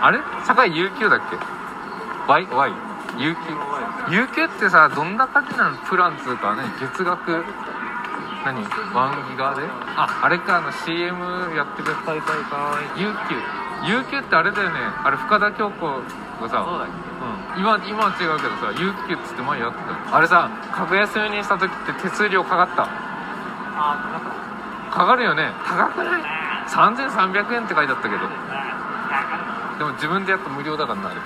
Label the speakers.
Speaker 1: あれ社会有給だっけ ?Y? Y? 有給有給ってさどんな感じなのプランつうかね月額何ワンギガでああれかあの CM やってる大会か有給有給ってあれだよねあれ深田恭子がさ
Speaker 2: そうだっ
Speaker 1: うん、今今は違うけどさ有給っつって前やってたよあれさ格安にした時って手数料かかった
Speaker 2: あ
Speaker 1: かかるよね高くない
Speaker 2: あ
Speaker 1: 3300円って書いてあったけど
Speaker 2: 高かった
Speaker 1: でも自分でやったら無料だからなあれ